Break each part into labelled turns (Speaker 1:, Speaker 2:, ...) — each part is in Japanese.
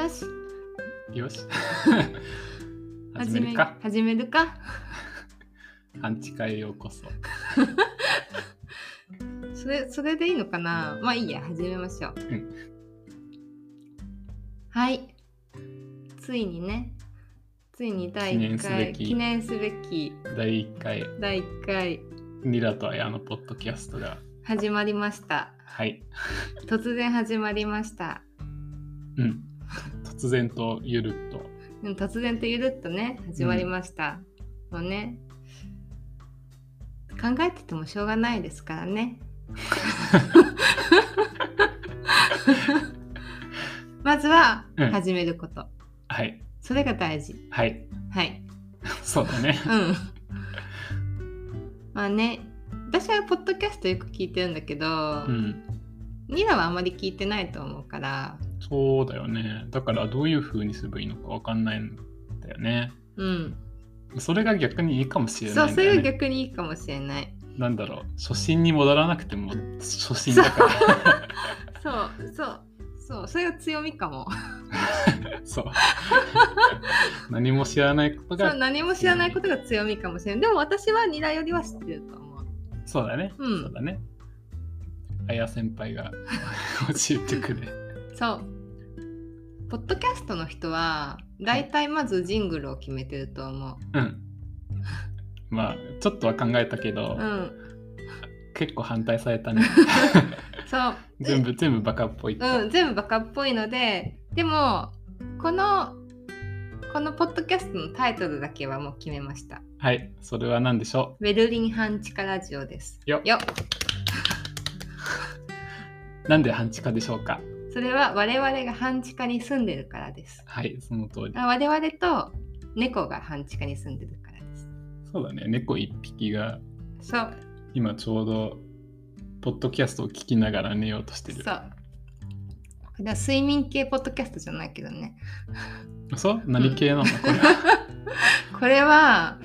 Speaker 1: 始めるか
Speaker 2: 始めるか
Speaker 1: 半地下へようこそ
Speaker 2: それそれでいいのかなまあいいや始めましょう、
Speaker 1: う
Speaker 2: はいついにねついに第1回
Speaker 1: 記
Speaker 2: 記
Speaker 1: 念
Speaker 2: 念すべき
Speaker 1: 第1回
Speaker 2: 第1回
Speaker 1: ニラとアヤのポッドキャストが
Speaker 2: 始まりました
Speaker 1: はい
Speaker 2: 突然始まりました
Speaker 1: うん突然とゆるっと
Speaker 2: うん突然とゆるっとね始まりました、もうね考えててもしょうがないですからね まずは
Speaker 1: うん
Speaker 2: 始めること、
Speaker 1: はい
Speaker 2: それが大事
Speaker 1: はい
Speaker 2: はい
Speaker 1: そうだね
Speaker 2: うんまあね私はポッドキャストよく聞いてるんだけど、
Speaker 1: うん
Speaker 2: ニラはあまり聞いてないと思うから
Speaker 1: そうだよねだからどういう風にすればいいのかわかんないんだよね
Speaker 2: うん
Speaker 1: それが逆にいいかもしれ
Speaker 2: そ
Speaker 1: な
Speaker 2: う
Speaker 1: いん
Speaker 2: そ
Speaker 1: だ
Speaker 2: れが
Speaker 1: よね
Speaker 2: 逆にいいかもしれない
Speaker 1: なんだろう初心に戻らなくても初心だから
Speaker 2: そうそうそうそれが強みかも
Speaker 1: そう何も知らないこ
Speaker 2: そ
Speaker 1: と
Speaker 2: う
Speaker 1: が
Speaker 2: 何も知らないことが強みかもしれないでも私はニラよりは知ってると思う
Speaker 1: そうだね、
Speaker 2: うん
Speaker 1: そうだね。あや先輩 が教えてくれ。
Speaker 2: そうポッドキャストの人はだいたいまずジングルを決めてると思う
Speaker 1: うん。まあ、ちょっとは考えたけど、
Speaker 2: うん
Speaker 1: 結構反対された ね。
Speaker 2: そう
Speaker 1: 全部、全部バカっぽいって。
Speaker 2: うん全部バカっぽいのででもこのこのポッドキャストのタイトルだけはもう決めました
Speaker 1: はい、それは何でしょ
Speaker 2: ベルリン半地下ラジオです
Speaker 1: よ
Speaker 2: よ
Speaker 1: うなんで半地下でしょうか
Speaker 2: それは我々が半地下に住んでるからです
Speaker 1: はい、その通り。
Speaker 2: あ我々と猫が半地下に住んでるからで
Speaker 1: そうだね、猫一匹が
Speaker 2: すそう
Speaker 1: 今ちょうど、ポッドキャストを聞きながら寝ようとしてる
Speaker 2: そ。う。これは睡眠系ポッドキャストじゃないけどね。
Speaker 1: そう何系なの、これは。
Speaker 2: これは、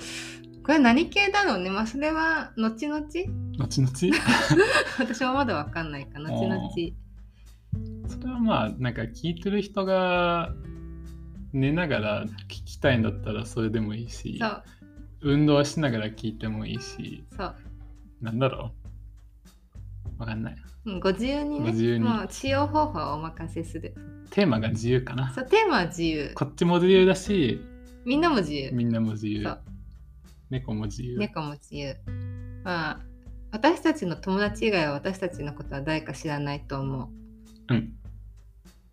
Speaker 2: これは何系だろうね。まあ、それは後々
Speaker 1: 後々
Speaker 2: 私もまだわかんないから、後々。
Speaker 1: それはまあなんか聞いてる人が寝ながら聞きたいんだったらそれでもいいし
Speaker 2: そう、
Speaker 1: 運動しながら聞いてもいいし
Speaker 2: そう。
Speaker 1: なんだろうわかんない
Speaker 2: うんご自由にね。
Speaker 1: ご自由に
Speaker 2: もう使用方法はお任せする。
Speaker 1: テーマが自由かな
Speaker 2: そう、テーマは自由。
Speaker 1: こっちも自由だし
Speaker 2: みんなも自由。
Speaker 1: みんなも自由
Speaker 2: そう
Speaker 1: 猫も自由
Speaker 2: 猫も自由。まあ、私たちの友達以外は私たちのことは誰か知らないと思う。
Speaker 1: うん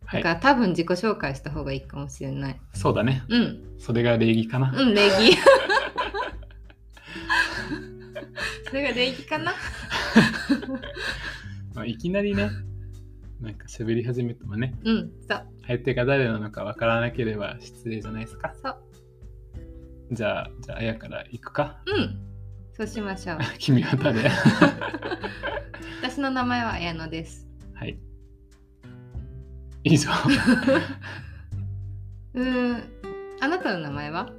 Speaker 1: は
Speaker 2: だ
Speaker 1: い
Speaker 2: から、多分自己紹介した方がいいかもしれない。
Speaker 1: そうだね
Speaker 2: うん。
Speaker 1: それが礼儀かな、
Speaker 2: うん、礼儀。それが礼儀かな。
Speaker 1: まあ、いきなりね なんか喋り始めてもね
Speaker 2: うん、そう、
Speaker 1: 相手が誰なのかわからなければ失礼じゃないですか
Speaker 2: そう、
Speaker 1: じゃあじゃああやから行くか
Speaker 2: うん。そうしましょう。
Speaker 1: 君 は誰
Speaker 2: 私の名前は綾乃です。
Speaker 1: はい。以上。
Speaker 2: うーん。あなたの名前は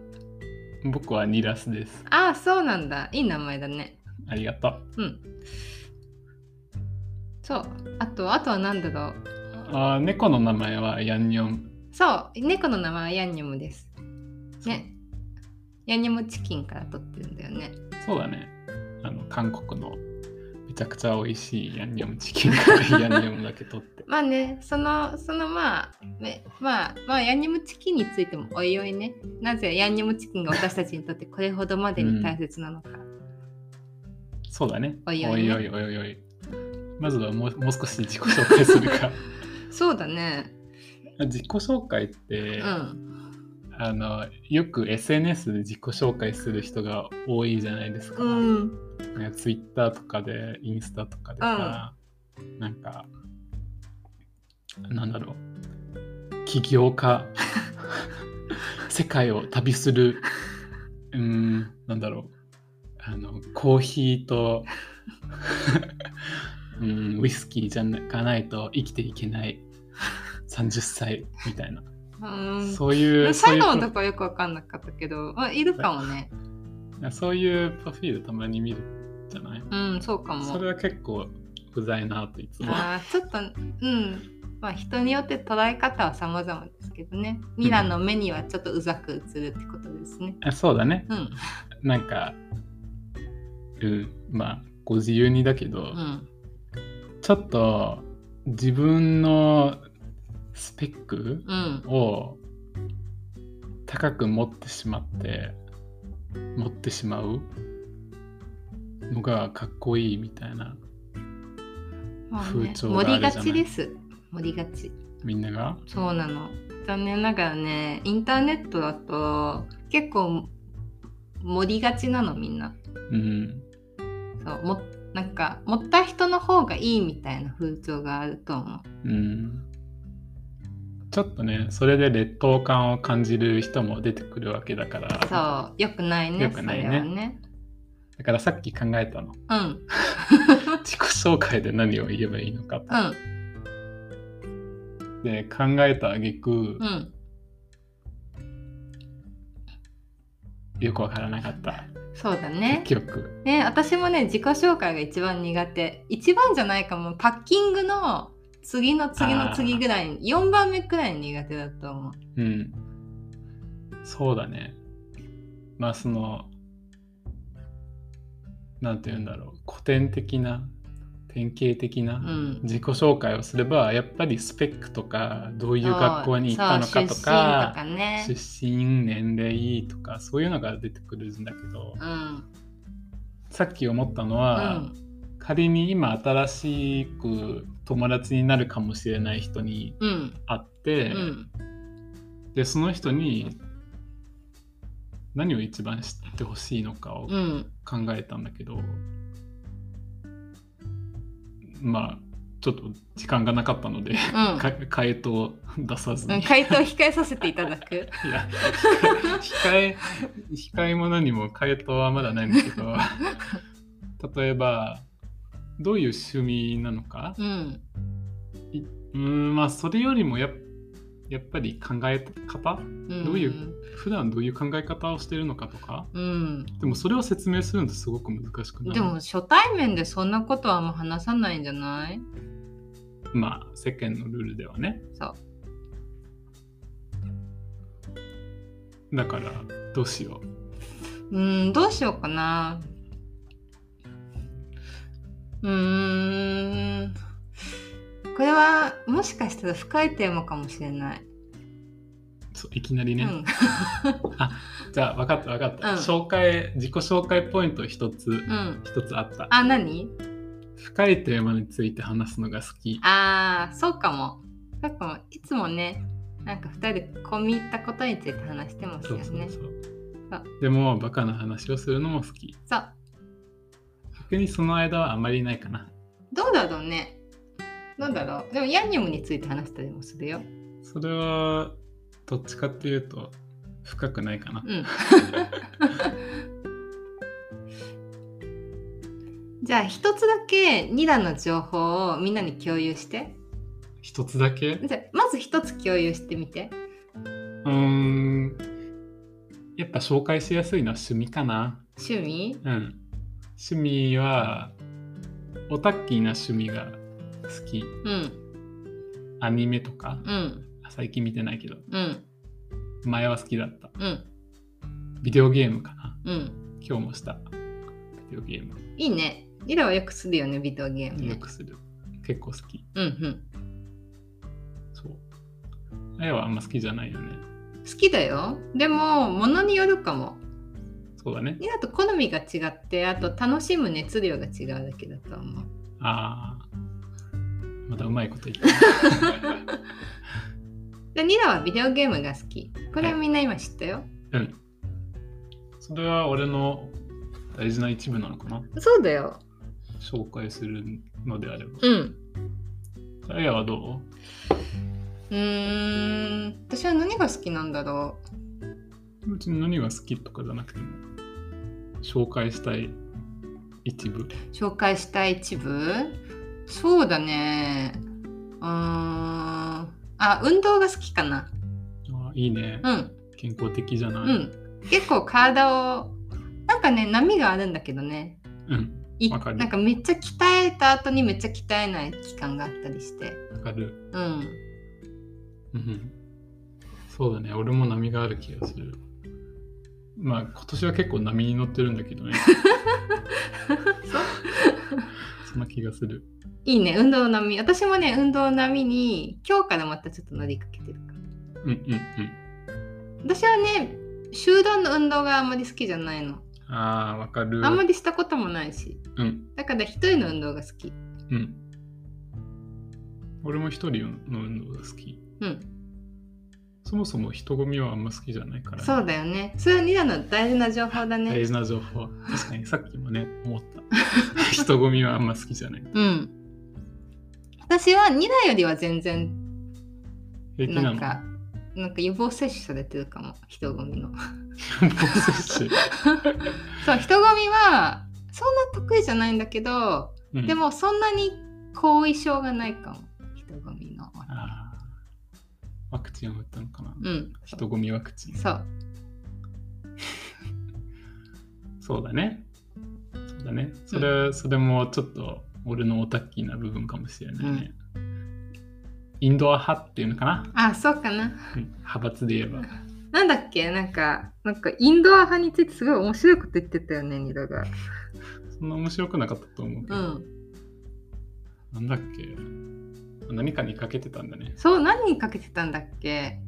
Speaker 1: 僕はニラスです。
Speaker 2: ああ、そうなんだ。いい名前だね。
Speaker 1: ありがとう。
Speaker 2: うん。そう。あと、あとは何だろう。
Speaker 1: あー猫の名前はヤンニョン。
Speaker 2: そう、猫の名前はヤンニョムです。ね。ヤンニョムチキンから取ってるんだよね。
Speaker 1: そうだね。あの韓国のめちゃくちゃ美味しいヤンニョムチキンからヤンニョムだけ取 って。
Speaker 2: まあね、その、そのまあ、ね、まあ、まあ、ヤンニョムチキンについてもおいおいね、なぜヤンニョムチキンが私たちにとってこれほどまでに大切なのか。
Speaker 1: そうだね。
Speaker 2: おいおいね
Speaker 1: おいおいおいおいまずはもうもう少し自己紹介するか。
Speaker 2: そうだね。
Speaker 1: 自己紹介って、
Speaker 2: うん。
Speaker 1: あのよく SNS で自己紹介する人が多いじゃないですか。
Speaker 2: うん。
Speaker 1: ね、ツイッターとかでインスタとかでさ、なんかなんだろう起業 家世界を旅するうーんなんだろうあのコーヒーと うんウイスキーじゃなかないと生きていけない30歳みたいな、
Speaker 2: うん
Speaker 1: そういうそう
Speaker 2: 最
Speaker 1: いう
Speaker 2: 後のとこはよくわかんなかったけど、まあ、いるかもね。
Speaker 1: プロそういうプロフィールたまに見るじゃない
Speaker 2: うん、そうか
Speaker 1: そ
Speaker 2: も
Speaker 1: れ。は結構うざいなといつも
Speaker 2: あーちょっと、うん。まあ、人によって捉え方は様々ですけどねミラの目にはちょっとうざく映るってことですね。
Speaker 1: あそうだね。
Speaker 2: うん、
Speaker 1: なんか、うん、まあ、ご自由にだけど、
Speaker 2: うん、
Speaker 1: ちょっと自分のスペック
Speaker 2: うん、
Speaker 1: を高く持ってしまって、持ってしまうのがかっこいいみたいな、
Speaker 2: まあ
Speaker 1: 風
Speaker 2: ね、
Speaker 1: 潮がある
Speaker 2: 盛
Speaker 1: じゃ
Speaker 2: り
Speaker 1: ない
Speaker 2: がちです。盛りがち。
Speaker 1: みんなが。
Speaker 2: そうなの。残念ながらね、インターネットだと結構盛りがちなのみんな。
Speaker 1: うん。
Speaker 2: そうもなんか持った人の方がいいみたいな風潮があると思う。
Speaker 1: うん。ちょっとね、それで劣等感を感じる人も出てくるわけだから。
Speaker 2: そう、よくないね、
Speaker 1: 良くないね
Speaker 2: それはね。
Speaker 1: だからさっき考えたの。
Speaker 2: うん、う
Speaker 1: 自己紹介で何を言えばいいのかと。
Speaker 2: ん、
Speaker 1: で、考えた挙句
Speaker 2: うん。
Speaker 1: よくわからなかった。
Speaker 2: そうだね。
Speaker 1: 結局。
Speaker 2: ね、私もね、自己紹介が一番苦手。一番じゃないかも、パッキングの次の次の次ぐらいに、4番目くらいに苦手だと思う。
Speaker 1: うん。そうだね。まあその、なんて言うんだろう。古典的な、典型的
Speaker 2: う
Speaker 1: な。
Speaker 2: ん。
Speaker 1: 自己紹介をすればやっぱりスペックとかどういう学校に行ったのかと
Speaker 2: そうそう出身と
Speaker 1: か
Speaker 2: かね。
Speaker 1: 出身年齢とかそういうのが出てくるんだけ
Speaker 2: う
Speaker 1: ど
Speaker 2: ん。
Speaker 1: さっき思ったの
Speaker 2: う
Speaker 1: は、
Speaker 2: ん。
Speaker 1: 仮に今新しく友達になるかもしれない人に
Speaker 2: うん。
Speaker 1: 会って、
Speaker 2: うん。
Speaker 1: でその人に何を一番知ってほしいのかを
Speaker 2: うん。
Speaker 1: 考えたんだけど、まあちょっと時間がなかったので、
Speaker 2: うん
Speaker 1: か回答を出さずに、
Speaker 2: うん
Speaker 1: い
Speaker 2: 回答控えさせていただく。
Speaker 1: や控え控えも何も回答はまだないんだけ ど例えばどういう趣味なのか
Speaker 2: うん。
Speaker 1: うーんまあそれよりもやっやっぱり考え方
Speaker 2: ん
Speaker 1: どういう普段どういう考え方をしてるのかとか
Speaker 2: うん。
Speaker 1: でもそれを説明するのってすごく難しくない
Speaker 2: でも初対面でそんなことはあんま話さないんじゃない
Speaker 1: まあ世間のルールではね
Speaker 2: そう。
Speaker 1: だからどうしよ
Speaker 2: うん、どうしようかな。うーん。これはもしかしたら深いテーマかもしれない。
Speaker 1: うそういきなり
Speaker 2: う
Speaker 1: ね、
Speaker 2: ん。
Speaker 1: じゃあ分かった分かった、
Speaker 2: うん
Speaker 1: 紹介自己紹介ポイント一つ
Speaker 2: うん。
Speaker 1: 一つあった
Speaker 2: あ、何
Speaker 1: 深いテーマについて話すのが好き
Speaker 2: ああ、そうかも。そうかも。いつもね、なんか二人で込み入ったことについて話してますよ
Speaker 1: そう
Speaker 2: ね。
Speaker 1: そうそう
Speaker 2: あ
Speaker 1: でもバカな話をするのも好き
Speaker 2: そう。
Speaker 1: 逆にその間はあまりないかな
Speaker 2: どうだろうね。どうだろう。でもヤンニョムについて話したりもするよ。
Speaker 1: それはどっちかっていうと深くないかな、
Speaker 2: うん。 じゃあ一つだけニラの情報をみんなに共有して。
Speaker 1: 一つだけう
Speaker 2: じゃあまず一つ共有してみて。
Speaker 1: ーんやっぱ紹介しやすいのは趣味かな
Speaker 2: 趣味
Speaker 1: うん趣味はオタッキーな趣味が好き
Speaker 2: うん
Speaker 1: アニメとか
Speaker 2: うん
Speaker 1: 最近見てないけど
Speaker 2: うん
Speaker 1: 前は好きだった
Speaker 2: うん
Speaker 1: ビデオゲームかな
Speaker 2: うん。
Speaker 1: 今日もしたビデオゲーム
Speaker 2: いいね。ニラはよくするよね、ビデオゲーム
Speaker 1: よ
Speaker 2: ね。
Speaker 1: くする結構好き
Speaker 2: うんうん。
Speaker 1: そうあやはあんま好きじゃないよね
Speaker 2: 好きだよ。でも、ものによるかも。
Speaker 1: そうだね
Speaker 2: ニラと好みが違って、あと楽しむ熱量が違うだけだと思う。
Speaker 1: ああまたうまいこと言った
Speaker 2: でニラはビデオゲームが好き。これはみんな今知ったよ。
Speaker 1: うん。それは俺の大事な一部なのかな
Speaker 2: そうだよ。
Speaker 1: 紹介するのであれば。
Speaker 2: うん。
Speaker 1: あやはど
Speaker 2: うーん。私は何が好きなんだろ
Speaker 1: ううちに何が好きとかじゃなくても、紹介したい一部。
Speaker 2: う。紹介したい一部そうだね。うーん。あ、運動が好きかな。
Speaker 1: あいいね。
Speaker 2: うん。
Speaker 1: 健康的じゃな
Speaker 2: う
Speaker 1: い。
Speaker 2: ん。結構体を、なんかね、波があるんだけどね。
Speaker 1: うん。
Speaker 2: い
Speaker 1: わかる
Speaker 2: なんかめっちゃ鍛えた後にめっちゃ鍛えない期間があったりして
Speaker 1: わかる。
Speaker 2: うん
Speaker 1: うん。そうだね、俺も波がある気がする。まあ、今年は結構波に乗ってるんだけど ね。そんな気がする。
Speaker 2: いいね運動並み私もね運動並みに今日からまたちょっと乗りかけてるから
Speaker 1: うんうんうん。
Speaker 2: 私はね集団の運動があんまり好きじゃないの
Speaker 1: ああ、わかる。
Speaker 2: あんまりしたこともないし
Speaker 1: うん
Speaker 2: だから一人の運動が好き
Speaker 1: うん。俺も一人の運動が好き。
Speaker 2: うん
Speaker 1: そもそも人混みはあんま好きじゃないから、ね。
Speaker 2: そうだよねそれはニラの大事な情報だ
Speaker 1: 大
Speaker 2: ね
Speaker 1: 事な情報。確かにさっき もね、思った。人混みはあんま好きじゃない。
Speaker 2: うん私はニラよりは全然
Speaker 1: 平気
Speaker 2: な
Speaker 1: なの
Speaker 2: んか、なんか予防接種されてるかも、人混みの。
Speaker 1: 予 防接種
Speaker 2: そう、人混みは、そんな得意じゃないんだけど、
Speaker 1: うん
Speaker 2: でもそんなに後遺症がないかも、人混みの。
Speaker 1: あーワクチンを打ったのかな
Speaker 2: うん、
Speaker 1: 人混みワクチン。
Speaker 2: そう、
Speaker 1: そうだね。そうだね。それ、それもちょっと俺のオタッキーな部分かもしれないね。インドア派っていうのかな、
Speaker 2: あ、そうかな。
Speaker 1: うん派閥で言えば。
Speaker 2: なんだっけ、なんか、なんかインドア派についてすごい面白いこと言ってたよね、ニラが。
Speaker 1: そんな面白くなかったと思うけ
Speaker 2: う
Speaker 1: ど。
Speaker 2: ん、
Speaker 1: なんだっけ何かにかけてたんだね。
Speaker 2: そう、何にかけてたんだっけ。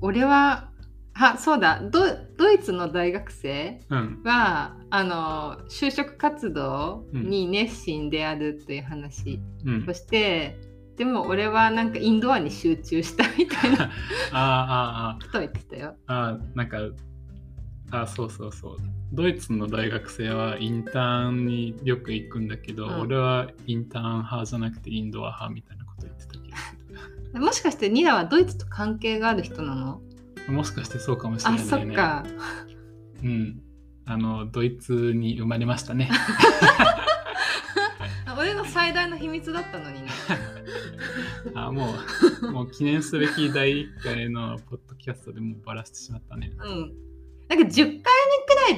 Speaker 2: 俺は、あ、そうだ、ドドイツの大学生
Speaker 1: うん。
Speaker 2: はあの就職活動に熱心であるという話、
Speaker 1: うん
Speaker 2: そ、してでも俺はなんかインドアに集中したみたいな
Speaker 1: あーあー
Speaker 2: ことを言ってたよ。
Speaker 1: あーあーなんかあーそうそうそうドイツの大学生はインターンによく行くんだけど、
Speaker 2: うん
Speaker 1: 俺はインターン派じゃなくてインドア派みたいなこと言ってたけ
Speaker 2: もしかしてニラはドイツと関係がある人なの
Speaker 1: どもしかしてそうかもしれ
Speaker 2: あ、
Speaker 1: ないね
Speaker 2: そっか。
Speaker 1: うんあのドイツに生まれまし たね
Speaker 2: 俺の最大の秘密だったのにね。
Speaker 1: あーもうもう記念すべき第1回のポッドキャストでもうバラしてしまったね
Speaker 2: うん。なんか10回目く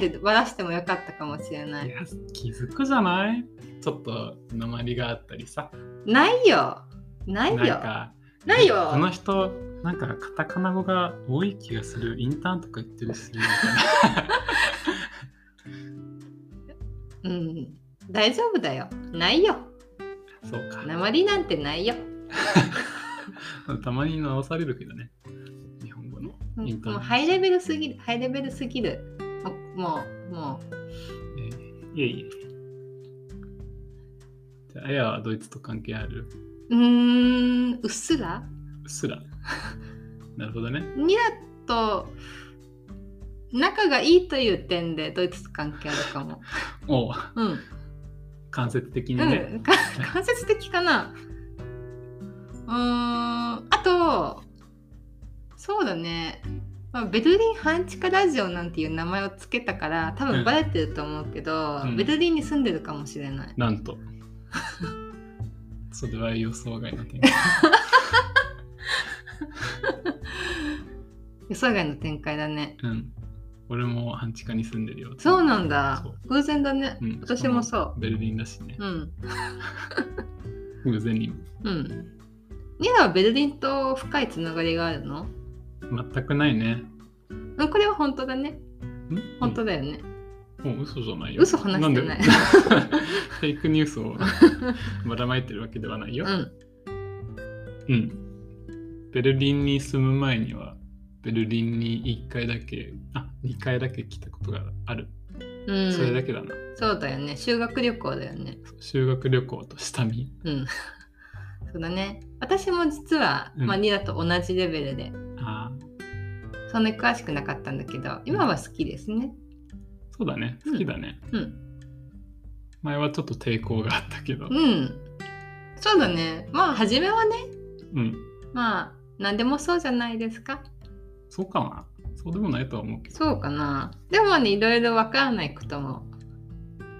Speaker 2: らいでバラしてもよかったかもしれないい。
Speaker 1: や気づくじゃないちょっと鉛があったりさ
Speaker 2: ないよ。ないよ。な
Speaker 1: なんか
Speaker 2: いよ。
Speaker 1: この人なんかカタカナ語が多い気がするインターンとか言ってるし
Speaker 2: うん。大丈夫だよ。ないよ。
Speaker 1: そうか
Speaker 2: 鉛なんてないよ。
Speaker 1: たまに直されるけどね日本語の
Speaker 2: うん
Speaker 1: インターン
Speaker 2: もうハイレベルすぎる、ハイレベルすぎる。もう、もう、
Speaker 1: えーいえいえじゃああやはドイツと関係ある
Speaker 2: うーん、うっすら
Speaker 1: うっ すらなるほどね
Speaker 2: ニラと仲がいいという点でドイツと関係あるかも。
Speaker 1: おう
Speaker 2: うん、
Speaker 1: 間接的に
Speaker 2: う
Speaker 1: ね、
Speaker 2: ん、か間接的かな。うーん、あと、そうだね。まあ、ベルリン半地下ラジオなんていう名前をつけたから多分バレてると思うけど、
Speaker 1: うん
Speaker 2: ベルリンに住んでるかもしれない。
Speaker 1: なんと それは予想外の展開
Speaker 2: 予想外の展開だね。
Speaker 1: うん俺も半地下に住んでるよ
Speaker 2: そうなんだ
Speaker 1: そう。
Speaker 2: 偶然だね。
Speaker 1: うん
Speaker 2: 私もそう
Speaker 1: ベルリンだしね
Speaker 2: うん。
Speaker 1: 偶然にも
Speaker 2: うん。ニラはベルリンと深いつながりがあるの
Speaker 1: 全くないね
Speaker 2: うん、これは本当だね。
Speaker 1: ん
Speaker 2: 本当だよね。
Speaker 1: もう嘘じゃないよ。
Speaker 2: 嘘話して ない
Speaker 1: んでフェイクニュー スをばらまいてるわけではないよ
Speaker 2: う。ん。
Speaker 1: うん。ベルリンに住む前には、ベルリンに1回だけ、あ、2回だけ来たことがある。
Speaker 2: うん、
Speaker 1: それだけだな。
Speaker 2: そうだよね。修学旅行だよね。
Speaker 1: 修学旅行と下見。
Speaker 2: うん。 そうだね。私も実は、
Speaker 1: うん
Speaker 2: まあ、ニラと同じレベルで、
Speaker 1: ああ、
Speaker 2: そんなに詳しくなかったんだけど、今は好きですね。
Speaker 1: そうだね。
Speaker 2: うん
Speaker 1: 好きだね。
Speaker 2: うん。
Speaker 1: 前はちょっと抵抗があったけど。
Speaker 2: うん。そうだね。まあ、初めはね、
Speaker 1: うん。
Speaker 2: まあ、何でもそうじゃないですか。
Speaker 1: そうかな。そうでもないとは思うけど。
Speaker 2: そうかな。でもね、いろいろわからないことも、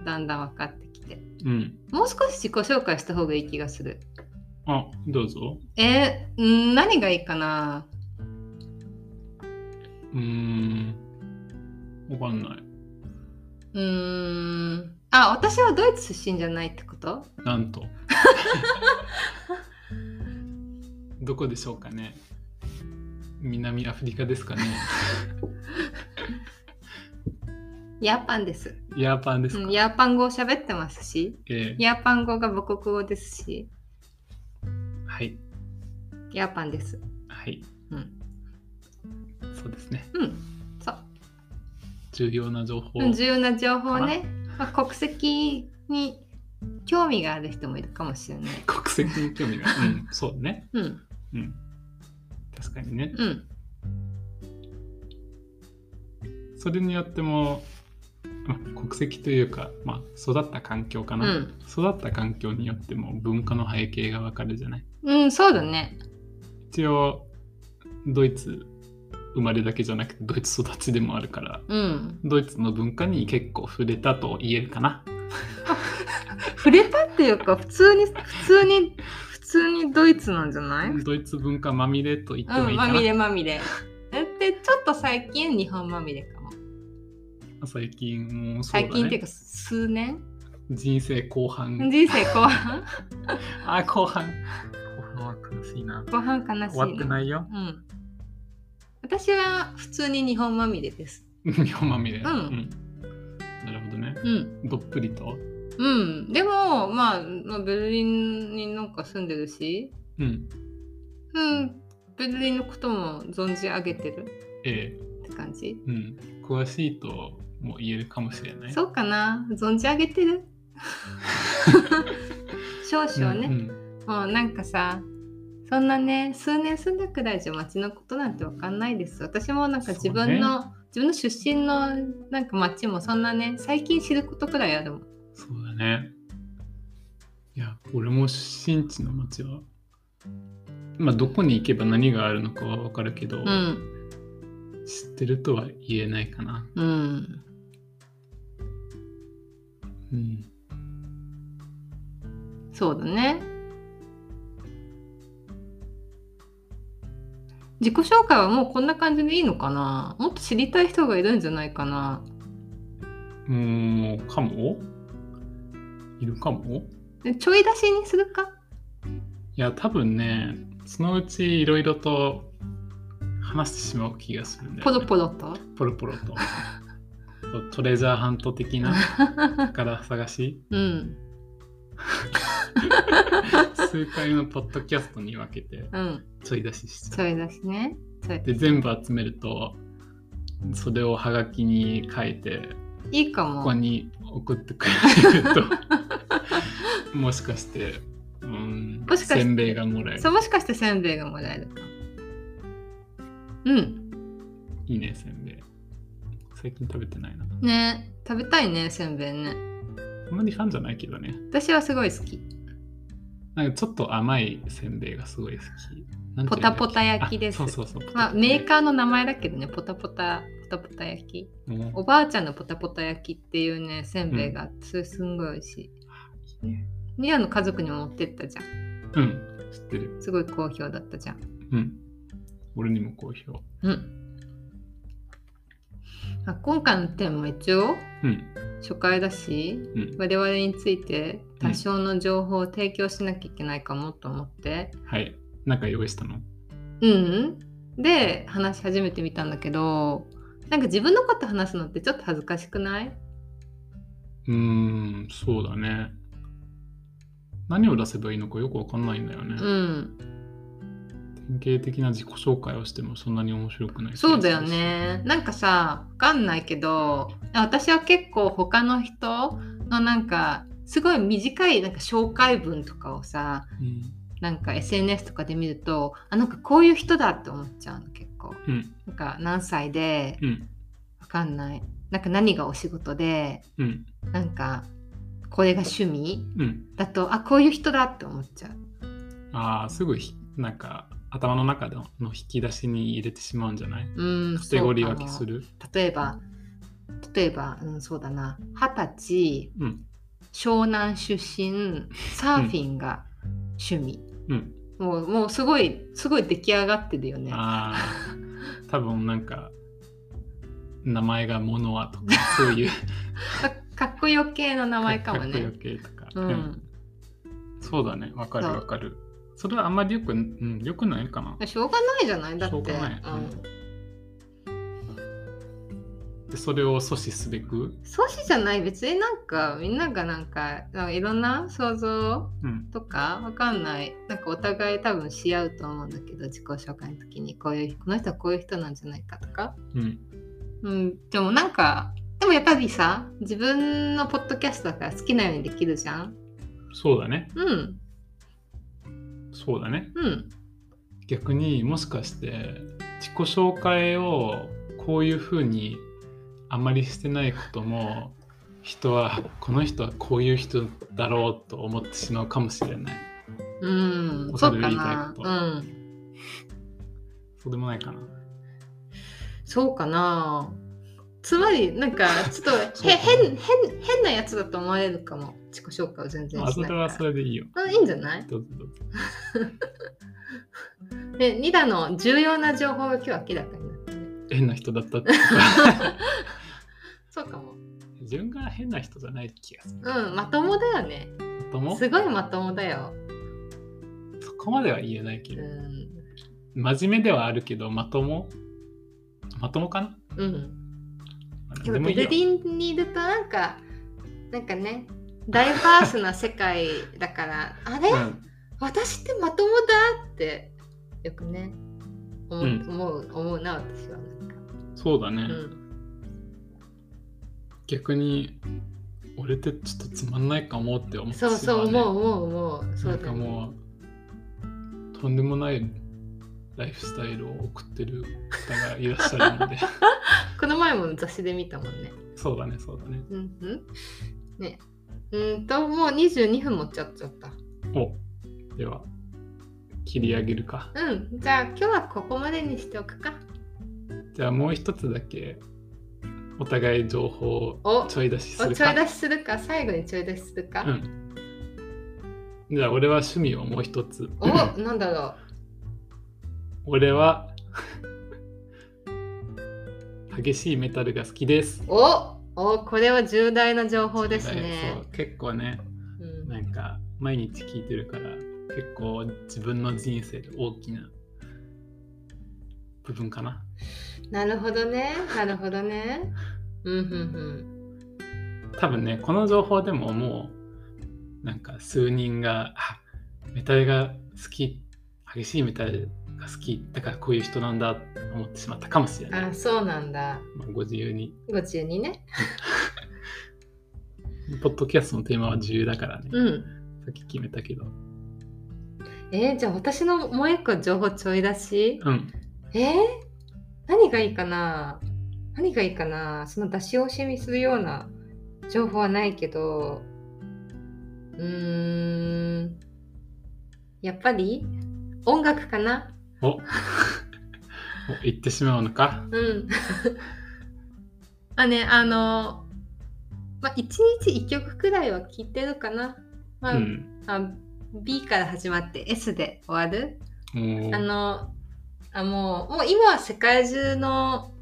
Speaker 2: だんだん分かってきて。
Speaker 1: うん。
Speaker 2: もう少し自己紹介した方がいい気がする。
Speaker 1: あ、どうぞ。
Speaker 2: えー、うん何がいいかな
Speaker 1: うーん。わかんない。
Speaker 2: うーん。あ私はドイツ出身じゃないってこと
Speaker 1: なんと どこでしょうかね南アフリカで すかね
Speaker 2: ヤーパンです、
Speaker 1: ヤーパンです
Speaker 2: う
Speaker 1: か、
Speaker 2: ん、ヤーパン語を喋ってますし
Speaker 1: ええ
Speaker 2: ヤーパン語が母国語ですし
Speaker 1: はい
Speaker 2: ヤーパンです
Speaker 1: はい、
Speaker 2: うん
Speaker 1: そうですね
Speaker 2: うんそう
Speaker 1: 重要な情報、
Speaker 2: うん重要な情報ね、まあ、国籍に興味がある人もいるかもしれない。
Speaker 1: 国籍に興味 がうんそうね
Speaker 2: うん
Speaker 1: うん確かにね
Speaker 2: うん
Speaker 1: それによっても、まあ、国籍というか、まあ、育った環境か
Speaker 2: う
Speaker 1: な、
Speaker 2: ん、
Speaker 1: 育った環境によっても文化の背景がわかるじゃない
Speaker 2: うん、そうだね。
Speaker 1: 一応ドイツ生まれだけじゃなくてドイツ育ちでもあるから
Speaker 2: うん、
Speaker 1: ドイツの文化に結構触れたと言えるかな
Speaker 2: 触れたっていうか普通に普通に普通にドイツなんじゃない、うん、
Speaker 1: ドイツ文化まみれと言ってもいい
Speaker 2: ま
Speaker 1: かな、
Speaker 2: みれまみれ。だってちょっと最近日本まみれかも。
Speaker 1: 最近もうそう
Speaker 2: 最
Speaker 1: だ、ね、
Speaker 2: 近っていうか数年、
Speaker 1: 人生後半
Speaker 2: 人生後半
Speaker 1: あ後半後半は悲しいな
Speaker 2: 後半悲しい
Speaker 1: 終わってないよ
Speaker 2: うん。私は普通に日本まみれです。
Speaker 1: 日本まみれ、
Speaker 2: うん
Speaker 1: うんなるほどね
Speaker 2: うん。
Speaker 1: どっぷりと
Speaker 2: うん、でも、まあ、まあ、ベルリンになんか住んでるし、
Speaker 1: うん
Speaker 2: うん、ベルリンのことも存じ上げてる
Speaker 1: ええ
Speaker 2: って感じ。
Speaker 1: うん詳しいとも言えるかもしれない
Speaker 2: そうかな存じ上げて る少々ね、
Speaker 1: うん
Speaker 2: もうなんかさ、そんなね、数年住んだくらいじゃ町のことなんてわかんないです。私もなんか自分の、自分の出身のなんか町もそんなね、最近知ることくらいあるもん。
Speaker 1: うんそうだねいや俺も出身地の町はまあどこに行けば何があるのかは分かるけど、
Speaker 2: うん、
Speaker 1: 知ってるとは言えないかな
Speaker 2: うん、
Speaker 1: うん
Speaker 2: そうだね。自己紹介はもうこんな感じでいいのかなもっと知りたい人がいるんじゃないかな
Speaker 1: もうかもいるかも
Speaker 2: でちょい出しにするか
Speaker 1: いや多分ねそのうちいろいろと話してしまう気がするんだよ、
Speaker 2: ポ
Speaker 1: ね、
Speaker 2: ロポロと。
Speaker 1: ポロポロとそうトレジャーハント的なから探し
Speaker 2: うん、
Speaker 1: 数回のポッドキャストに分けて
Speaker 2: うん、
Speaker 1: ちょい出しし
Speaker 2: ち
Speaker 1: て
Speaker 2: ょい出しね。ちょい
Speaker 1: で全部集めるとそれをハガキに書いて
Speaker 2: いいか
Speaker 1: こ
Speaker 2: も。
Speaker 1: こに送ってくれるともしかしてうん
Speaker 2: もしかして
Speaker 1: せんべいがもらえる
Speaker 2: そうもしかしてせんべいがもらえるかも。うん、
Speaker 1: いいねせんべい最近食べてないな
Speaker 2: ね食べたいね、せんべいね。
Speaker 1: あんまりファンじゃないけどね
Speaker 2: 私はすごい好き。
Speaker 1: なんかちょっと甘いせんべいがすごい好きなんて
Speaker 2: ポ
Speaker 1: いうん
Speaker 2: タ
Speaker 1: だっけ
Speaker 2: ポタ焼きです
Speaker 1: あそうそうそう、
Speaker 2: まあ、メーカーの名前だけどね、ポタポタ、ポタポタ焼き。
Speaker 1: ーも
Speaker 2: おばあちゃんのポタポタ焼きっていうねせんべいがあってそれすんごい美味しい。
Speaker 1: ういいね
Speaker 2: ニアの家族にも持ってったじゃん。
Speaker 1: うん知ってる
Speaker 2: すごい好評だったじゃん。
Speaker 1: うん俺にも好評
Speaker 2: うん。まあ、今回のテーマは一応
Speaker 1: うん
Speaker 2: 初回だし
Speaker 1: うん
Speaker 2: 我々について多少の情報を提供しなきゃいけないかもと思って、
Speaker 1: はいなんか用意したの
Speaker 2: うん、で話し始めてみたんだけどなんか自分のこと話すのってちょっと恥ずかしくないう
Speaker 1: ーんそうだね何を出せばいいのかよくわかんないんだよね、
Speaker 2: うん
Speaker 1: 典型的な自己紹介をしてもそんなに面白くない気がす
Speaker 2: そ
Speaker 1: る
Speaker 2: う
Speaker 1: し
Speaker 2: だよね。なんかさ、わかんないけど、私は結構他の人のなんか、すごい短いなんか紹介文とかをさ、
Speaker 1: うん
Speaker 2: なんか SNS とかで見ると、あ、なんかこういう人だって思っちゃうの結構。
Speaker 1: うん
Speaker 2: なんか何歳で、
Speaker 1: うん
Speaker 2: わかんない。なんか何がお仕事で、
Speaker 1: うん
Speaker 2: なんかこれが趣味
Speaker 1: うん
Speaker 2: だと、あ、こういう人だって思っちゃう。
Speaker 1: ああすぐひなんか頭の中のの引き出しに入れてしまうんじゃない
Speaker 2: うん、
Speaker 1: カテゴリー
Speaker 2: そう
Speaker 1: 分
Speaker 2: か
Speaker 1: け
Speaker 2: も
Speaker 1: する
Speaker 2: 例えば、例えば、うん、そうだな、二十歳、
Speaker 1: うん
Speaker 2: 湘南出身サーフィンが趣味、
Speaker 1: うん
Speaker 2: もうもうすごいすごい出来上がってるよね
Speaker 1: ああ多分なんか名前がモノアとかそういう
Speaker 2: かかっこよ系の 名前かも
Speaker 1: かっ
Speaker 2: ね
Speaker 1: こ。よけとか、
Speaker 2: う
Speaker 1: うん
Speaker 2: ん。
Speaker 1: そうだねわかる
Speaker 2: そう
Speaker 1: わかるそれはあんまりよく、うん、よくないかな
Speaker 2: しょうがないじゃないだって。
Speaker 1: しょうがない
Speaker 2: うん
Speaker 1: でそれを阻止すべく、
Speaker 2: 阻止じゃない別になんかみんながなんかなんかいろんな想像
Speaker 1: うん、
Speaker 2: とかわかんないなんかお互い多分し合うと思うんだけど自己紹介の時にこういうこの人はこういう人なんじゃないかとか、
Speaker 1: うん、
Speaker 2: うん、でもなんかでもやっぱりさ自分のポッドキャストだから好きなようにできるじゃん
Speaker 1: そうだね
Speaker 2: うん
Speaker 1: そうだね
Speaker 2: うん
Speaker 1: 逆にもしかして自己紹介をこういうふうにあんまりしてないことも人はこの人はこういう人だろうと思ってしまうかもしれない
Speaker 2: うん
Speaker 1: お
Speaker 2: そ
Speaker 1: そうれ
Speaker 2: か
Speaker 1: 言いたい
Speaker 2: な
Speaker 1: こと
Speaker 2: うん
Speaker 1: そうでもないかな
Speaker 2: そうかなつまりなん かちょっと
Speaker 1: そう
Speaker 2: へ
Speaker 1: か
Speaker 2: 変変変なやつだと思われるかも自己紹介を全然
Speaker 1: まあ
Speaker 2: し
Speaker 1: そ
Speaker 2: ない
Speaker 1: れ
Speaker 2: から
Speaker 1: はそれでいいよ
Speaker 2: うんいいんじゃない
Speaker 1: どうぞどうぞ
Speaker 2: でニダの重要な情報が今日明らかになったね。
Speaker 1: 変な人だった っていうか
Speaker 2: そうかも。
Speaker 1: 自分が変な人じゃない気がする
Speaker 2: うん、まともだよね。
Speaker 1: とも
Speaker 2: すごいまともだよ。
Speaker 1: そこまでは言えないけ
Speaker 2: う
Speaker 1: ど
Speaker 2: ん。
Speaker 1: 真面目ではあるけどまともまともかな
Speaker 2: うん、
Speaker 1: まあ
Speaker 2: で
Speaker 1: 何で
Speaker 2: も
Speaker 1: もい
Speaker 2: ベ
Speaker 1: いよ
Speaker 2: ルリンにいるとなんかなんかねダイバースな世界だからあれ、
Speaker 1: うん
Speaker 2: 私ってまともだってよくね思う,、
Speaker 1: うん
Speaker 2: 思う思うな私はなんか。
Speaker 1: そうだね、
Speaker 2: うん
Speaker 1: 逆に俺ってちょっとつまんないかもって思ってし
Speaker 2: そ
Speaker 1: ま
Speaker 2: う
Speaker 1: う、ね、
Speaker 2: そう思う思う思うそう
Speaker 1: なん
Speaker 2: だ
Speaker 1: か
Speaker 2: ね
Speaker 1: もうとんでもないライフスタイルを送ってる方がいらっしゃる ので
Speaker 2: この前も雑誌で見たもんね。
Speaker 1: そうだねそうだね
Speaker 2: うんうん。ね。うんと、もう22分もっちゃっちゃった。
Speaker 1: おでは切り上げるか
Speaker 2: うん。じゃあ今日はここまでにしておくか。
Speaker 1: じゃあもう一つだけお互い情報
Speaker 2: お
Speaker 1: をちょい出しす
Speaker 2: お
Speaker 1: る
Speaker 2: ちょ
Speaker 1: か
Speaker 2: い出しするか、最後にちょい出しするか。
Speaker 1: うんじゃあ俺は趣味をもう一つ
Speaker 2: お、なんだろ
Speaker 1: 俺は激しいメタルが好きです
Speaker 2: う。おお、これは重大な情報ですね
Speaker 1: そう。結構ね
Speaker 2: うん
Speaker 1: なんか毎日聞いてるから結構自分の人生で大きな部分かな
Speaker 2: なるほどね。なるほどね。うんうん
Speaker 1: 多分ねこの情報でももうなんか数人があメタルが好き激しいメタルが好きだからこういう人なんだって思ってしまったかもしれ
Speaker 2: うん。
Speaker 1: ない、
Speaker 2: あ、そうなんだ。
Speaker 1: まあ、ご自由に
Speaker 2: ご中にね。
Speaker 1: ポッドキャストのテーマは自由だからね、
Speaker 2: うん。
Speaker 1: さっき決めたけど
Speaker 2: えーじゃあ私のもう一個情報ちょい出し。
Speaker 1: うん
Speaker 2: えー、何がいいかな何がいいかなその出し惜しみするような情報はないけどうーんやっぱり音楽かな
Speaker 1: お お言ってしまうのか
Speaker 2: うん あねあのまあ1日1曲くらいは聴いてるかな、まあ
Speaker 1: うん
Speaker 2: あ B から始まって S で終わる
Speaker 1: もう
Speaker 2: あのあもうもう今は世界中の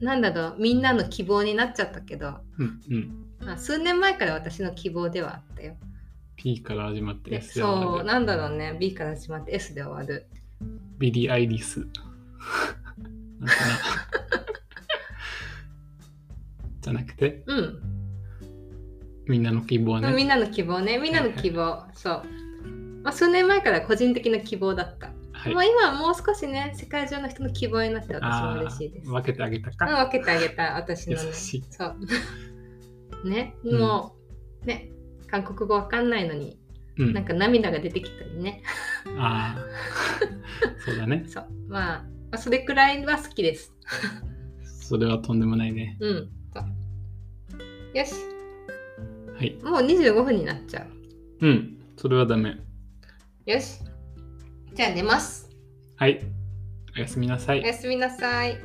Speaker 2: なんだろうみんなの希望になっちゃったけど、
Speaker 1: うんうん
Speaker 2: まあ、数年前から私の希望ではあったよ。
Speaker 1: P から始まって
Speaker 2: で
Speaker 1: S で終
Speaker 2: そ
Speaker 1: わ
Speaker 2: う
Speaker 1: る
Speaker 2: なんだろうね B から始まって S で終わる。
Speaker 1: ビリー・アイリ ス。なんかなじゃなくて、
Speaker 2: うん、
Speaker 1: みんなの希望
Speaker 2: み
Speaker 1: ね。
Speaker 2: んなの希望ねみんなの希 望そう、まあ、数年前から個人的な希望だった。
Speaker 1: はい。
Speaker 2: もう今はもう少しね世界中の人の希望になって私も嬉しいです。
Speaker 1: あー分けてあげた
Speaker 2: うん
Speaker 1: か。
Speaker 2: 分けてあげた私の、ね、
Speaker 1: 優しい
Speaker 2: そう。 ね、
Speaker 1: うん
Speaker 2: もう、ね、韓国語わかんないのに、
Speaker 1: うん。
Speaker 2: なんか涙が出てきたりね。
Speaker 1: ああ。 そうだね。
Speaker 2: そう。まあ、まあそれくらいは好きです。
Speaker 1: それはとんでもないね。
Speaker 2: うん。そうよし、
Speaker 1: はい。
Speaker 2: もう25分になっちゃう。
Speaker 1: うん。それはダメ。
Speaker 2: よし。じゃあ寝ます。
Speaker 1: はい。おやすみなさい
Speaker 2: お。やすみなさい。